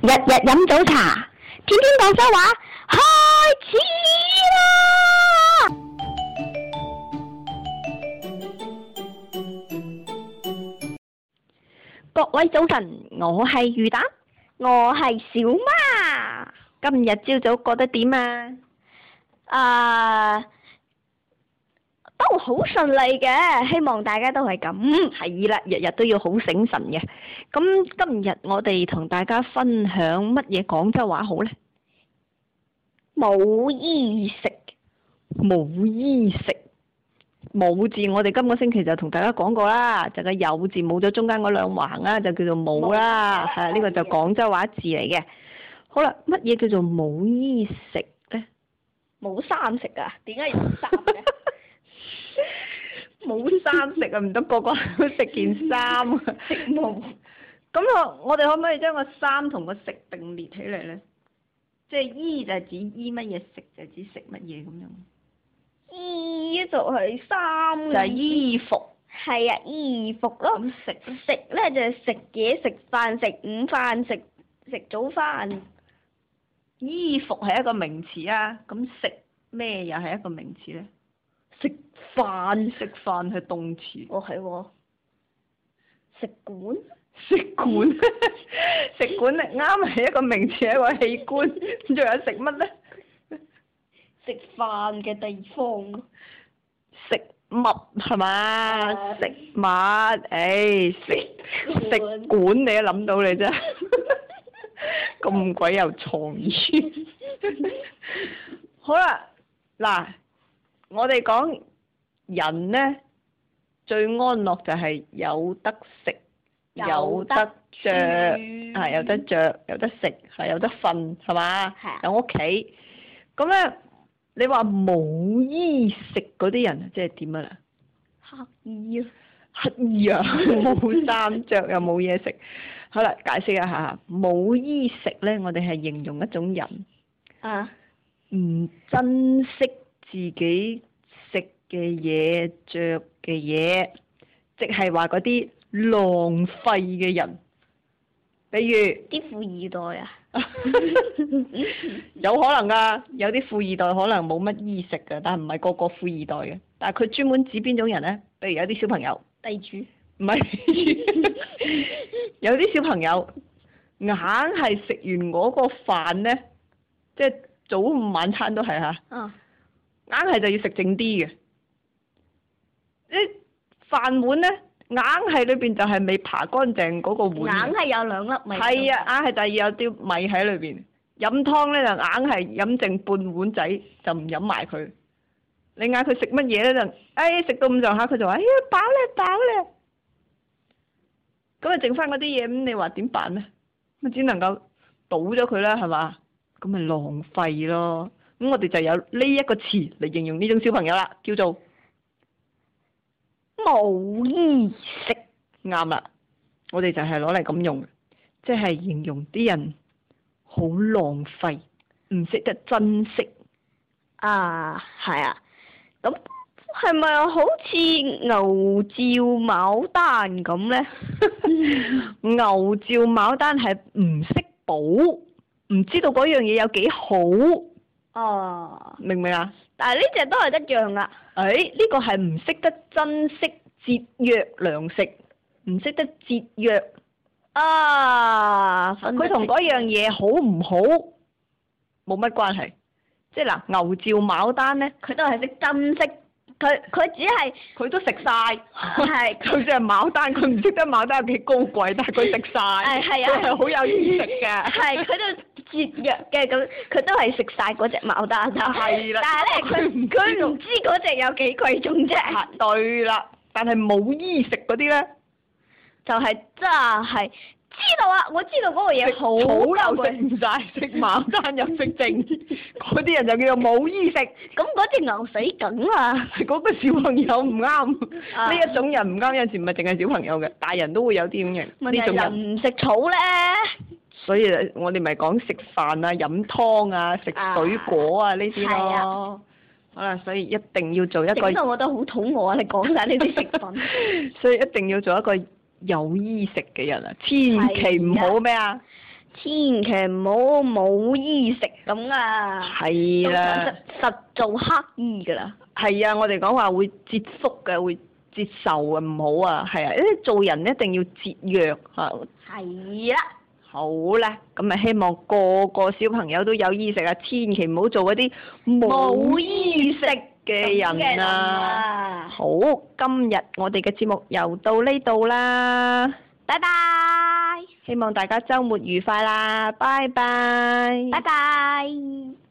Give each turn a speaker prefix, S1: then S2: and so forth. S1: 日日飲早茶，天天廣州話，開始啦！各位早晨，我係魚蛋，我係小媽。今日朝早過得點啊？啊、都好順利嘅，希望大家都係咁。 係啦，日日都要好醒神嘅。咁今日我哋同大家分享乜嘢廣州話好呢？冇衣食，冇衣食，冇字我哋今個星期就同大家講過啦，就個有字冇咗中間嗰兩橫啊啦，就叫做冇啦，係啊呢、個就廣州話字嚟嘅。好啦，乜嘢叫做冇衣食呢？
S2: 冇衫食啊？點解要冇衫 嘅？
S1: 冇衫食啊，唔得個個都食件衫啊！
S2: 食冇
S1: 咁我我哋可唔可以將個衫同個食並列起嚟咧？即係衣就係指衣乜嘢，食就係指食乜嘢咁樣，
S2: 衣就係衫
S1: 就
S2: 嘅
S1: 係衣服。
S2: 係啊，衣服咯。
S1: 咁食咧
S2: 食咧就係食嘢、食飯、食午飯、食食早飯。
S1: 衣服係一個名詞啊，咁食咩又係一個名詞咧？
S2: 食飯。
S1: 食飯係動詞，
S2: 哦，係喎。食管。
S1: 食管 食管咧啱係一個名詞，係一個器 官。仲有食乜咧？
S2: 食飯嘅地方。
S1: 食物係嘛？
S2: 啊
S1: 食物，誒、食食
S2: 管
S1: 管你都諗到你啫， 咁鬼有創意。好啦，嗱，我哋講人呢，最安樂就係有得食，有
S2: 有
S1: 得
S2: 得
S1: 着，係有得着，有得食，係有得瞓，係嘛
S2: 係啊？
S1: 有屋企，咁咧。你話冇衣食嗰啲人，即係點啊？
S2: 黑衣啊。
S1: 乞兒 啊，冇衫着又冇嘢食。好啦，解釋一下，冇衣食咧，我哋係形容一種人
S2: 啊。
S1: 唔珍惜自己食嘅嘢、着嘅嘢，即係話嗰啲浪費嘅人，比如。
S2: 啲富二代啊。
S1: 有可能噶，有啲富二代可能冇乜衣食噶，但係唔係個個富二代嘅。但係佢專門指邊種人呢？比如有啲小朋友，
S2: 地主。
S1: 唔係 有啲小朋友硬係食完嗰個飯呢，即係早午晚餐都係嚇，
S2: 啊。
S1: 硬係就要食剩啲嘅。啲飯碗呢，硬係裏邊就係未扒乾淨嗰個
S2: 硬
S1: 碗嘅。
S2: 係有兩粒米。
S1: 係。啊，硬係第二有啲米喺裏邊。飲湯咧就硬係飲剩半碗仔，就唔飲埋佢。你嗌佢食乜嘢咧就，哎食到咁上下佢就話：哎呀飽咧飽咧。咁啊剩翻嗰啲嘢，咁你話點辦咧？咪只能夠倒咗佢啦，係嘛？咁咪浪費咯。咁我哋就有呢一個詞嚟形容呢種小朋友啦，叫做
S2: 冇衣食。
S1: 啱啦，我哋就係攞嚟咁用嘅，即係形容啲人好浪費，唔識得珍惜。
S2: 啊，係啊，咁係咪好 似牛照牡丹咁咧？
S1: 牛照牡丹係唔識寶，唔知道嗰樣嘢有幾好，
S2: 哦，
S1: 明唔明啊？
S2: 但係呢只都係一樣噶。
S1: 誒、呢個係唔識得珍惜節約糧食，唔識得節約，
S2: 啊，分得
S1: 佢同
S2: 清
S1: 嗰樣嘢好唔好冇乜關係。即係嗱，牛照牡丹呢，
S2: 佢都係識珍惜，佢佢只 係
S1: 佢都食晒。
S2: 係
S1: 佢就係牡丹，佢唔識得牡丹有幾高貴，但係佢食晒，
S2: 係係啊
S1: 佢係好有意識嘅。
S2: 係佢都節約嘅，咁佢都係食晒嗰只牡丹啊。
S1: 係啦
S2: 但係咧，佢
S1: 佢
S2: 佢唔知嗰只有幾貴重啫，
S1: 啊對啦，但係冇衣食嗰啲咧，
S2: 就係真係知道啊！我知道嗰個嘢
S1: 食
S2: 好
S1: 草
S2: 夠
S1: 又
S2: 貴
S1: 食。唔晒， 食牡丹又食剩， 嗰啲人就叫做冇衣食。
S2: 咁嗰只牛死梗啦！
S1: 嗰個小朋友唔啱，
S2: 啊
S1: 呢一種人唔啱，有陣時唔係淨係小朋友嘅，大人都會有啲咁嘅呢
S2: 問題
S1: 種人。
S2: 人唔食草咧，
S1: 所以我哋咪講食飯啊、飲湯啊、食水果啊呢啲
S2: 係
S1: 咯。好啦，所以一定要做一個
S2: 整到我都好肚餓啊！你講晒呢 啲食品，
S1: 所以一定要做一個有衣食嘅人啊！千祈唔好咩啊，
S2: 千祈唔好冇衣食咁啊！
S1: 係啦，
S2: 實實做乞衣㗎啦，
S1: 係啊，我哋講話會節福嘅，會節仇嘅，唔好啊，係啊，因為做人一定要節約嚇。
S2: 係啦，
S1: 好啦，咁啊希望個個小朋友都有衣食啊，千祈唔好做嗰啲冇
S2: 冇
S1: 衣
S2: 衣
S1: 食
S2: 食
S1: 嘅
S2: ờ,
S1: 人啊！
S2: 啊，
S1: 好，今日我哋嘅節目又到呢度啦，
S2: 拜拜，
S1: 希望大家週末愉快啦，拜拜。
S2: 拜拜。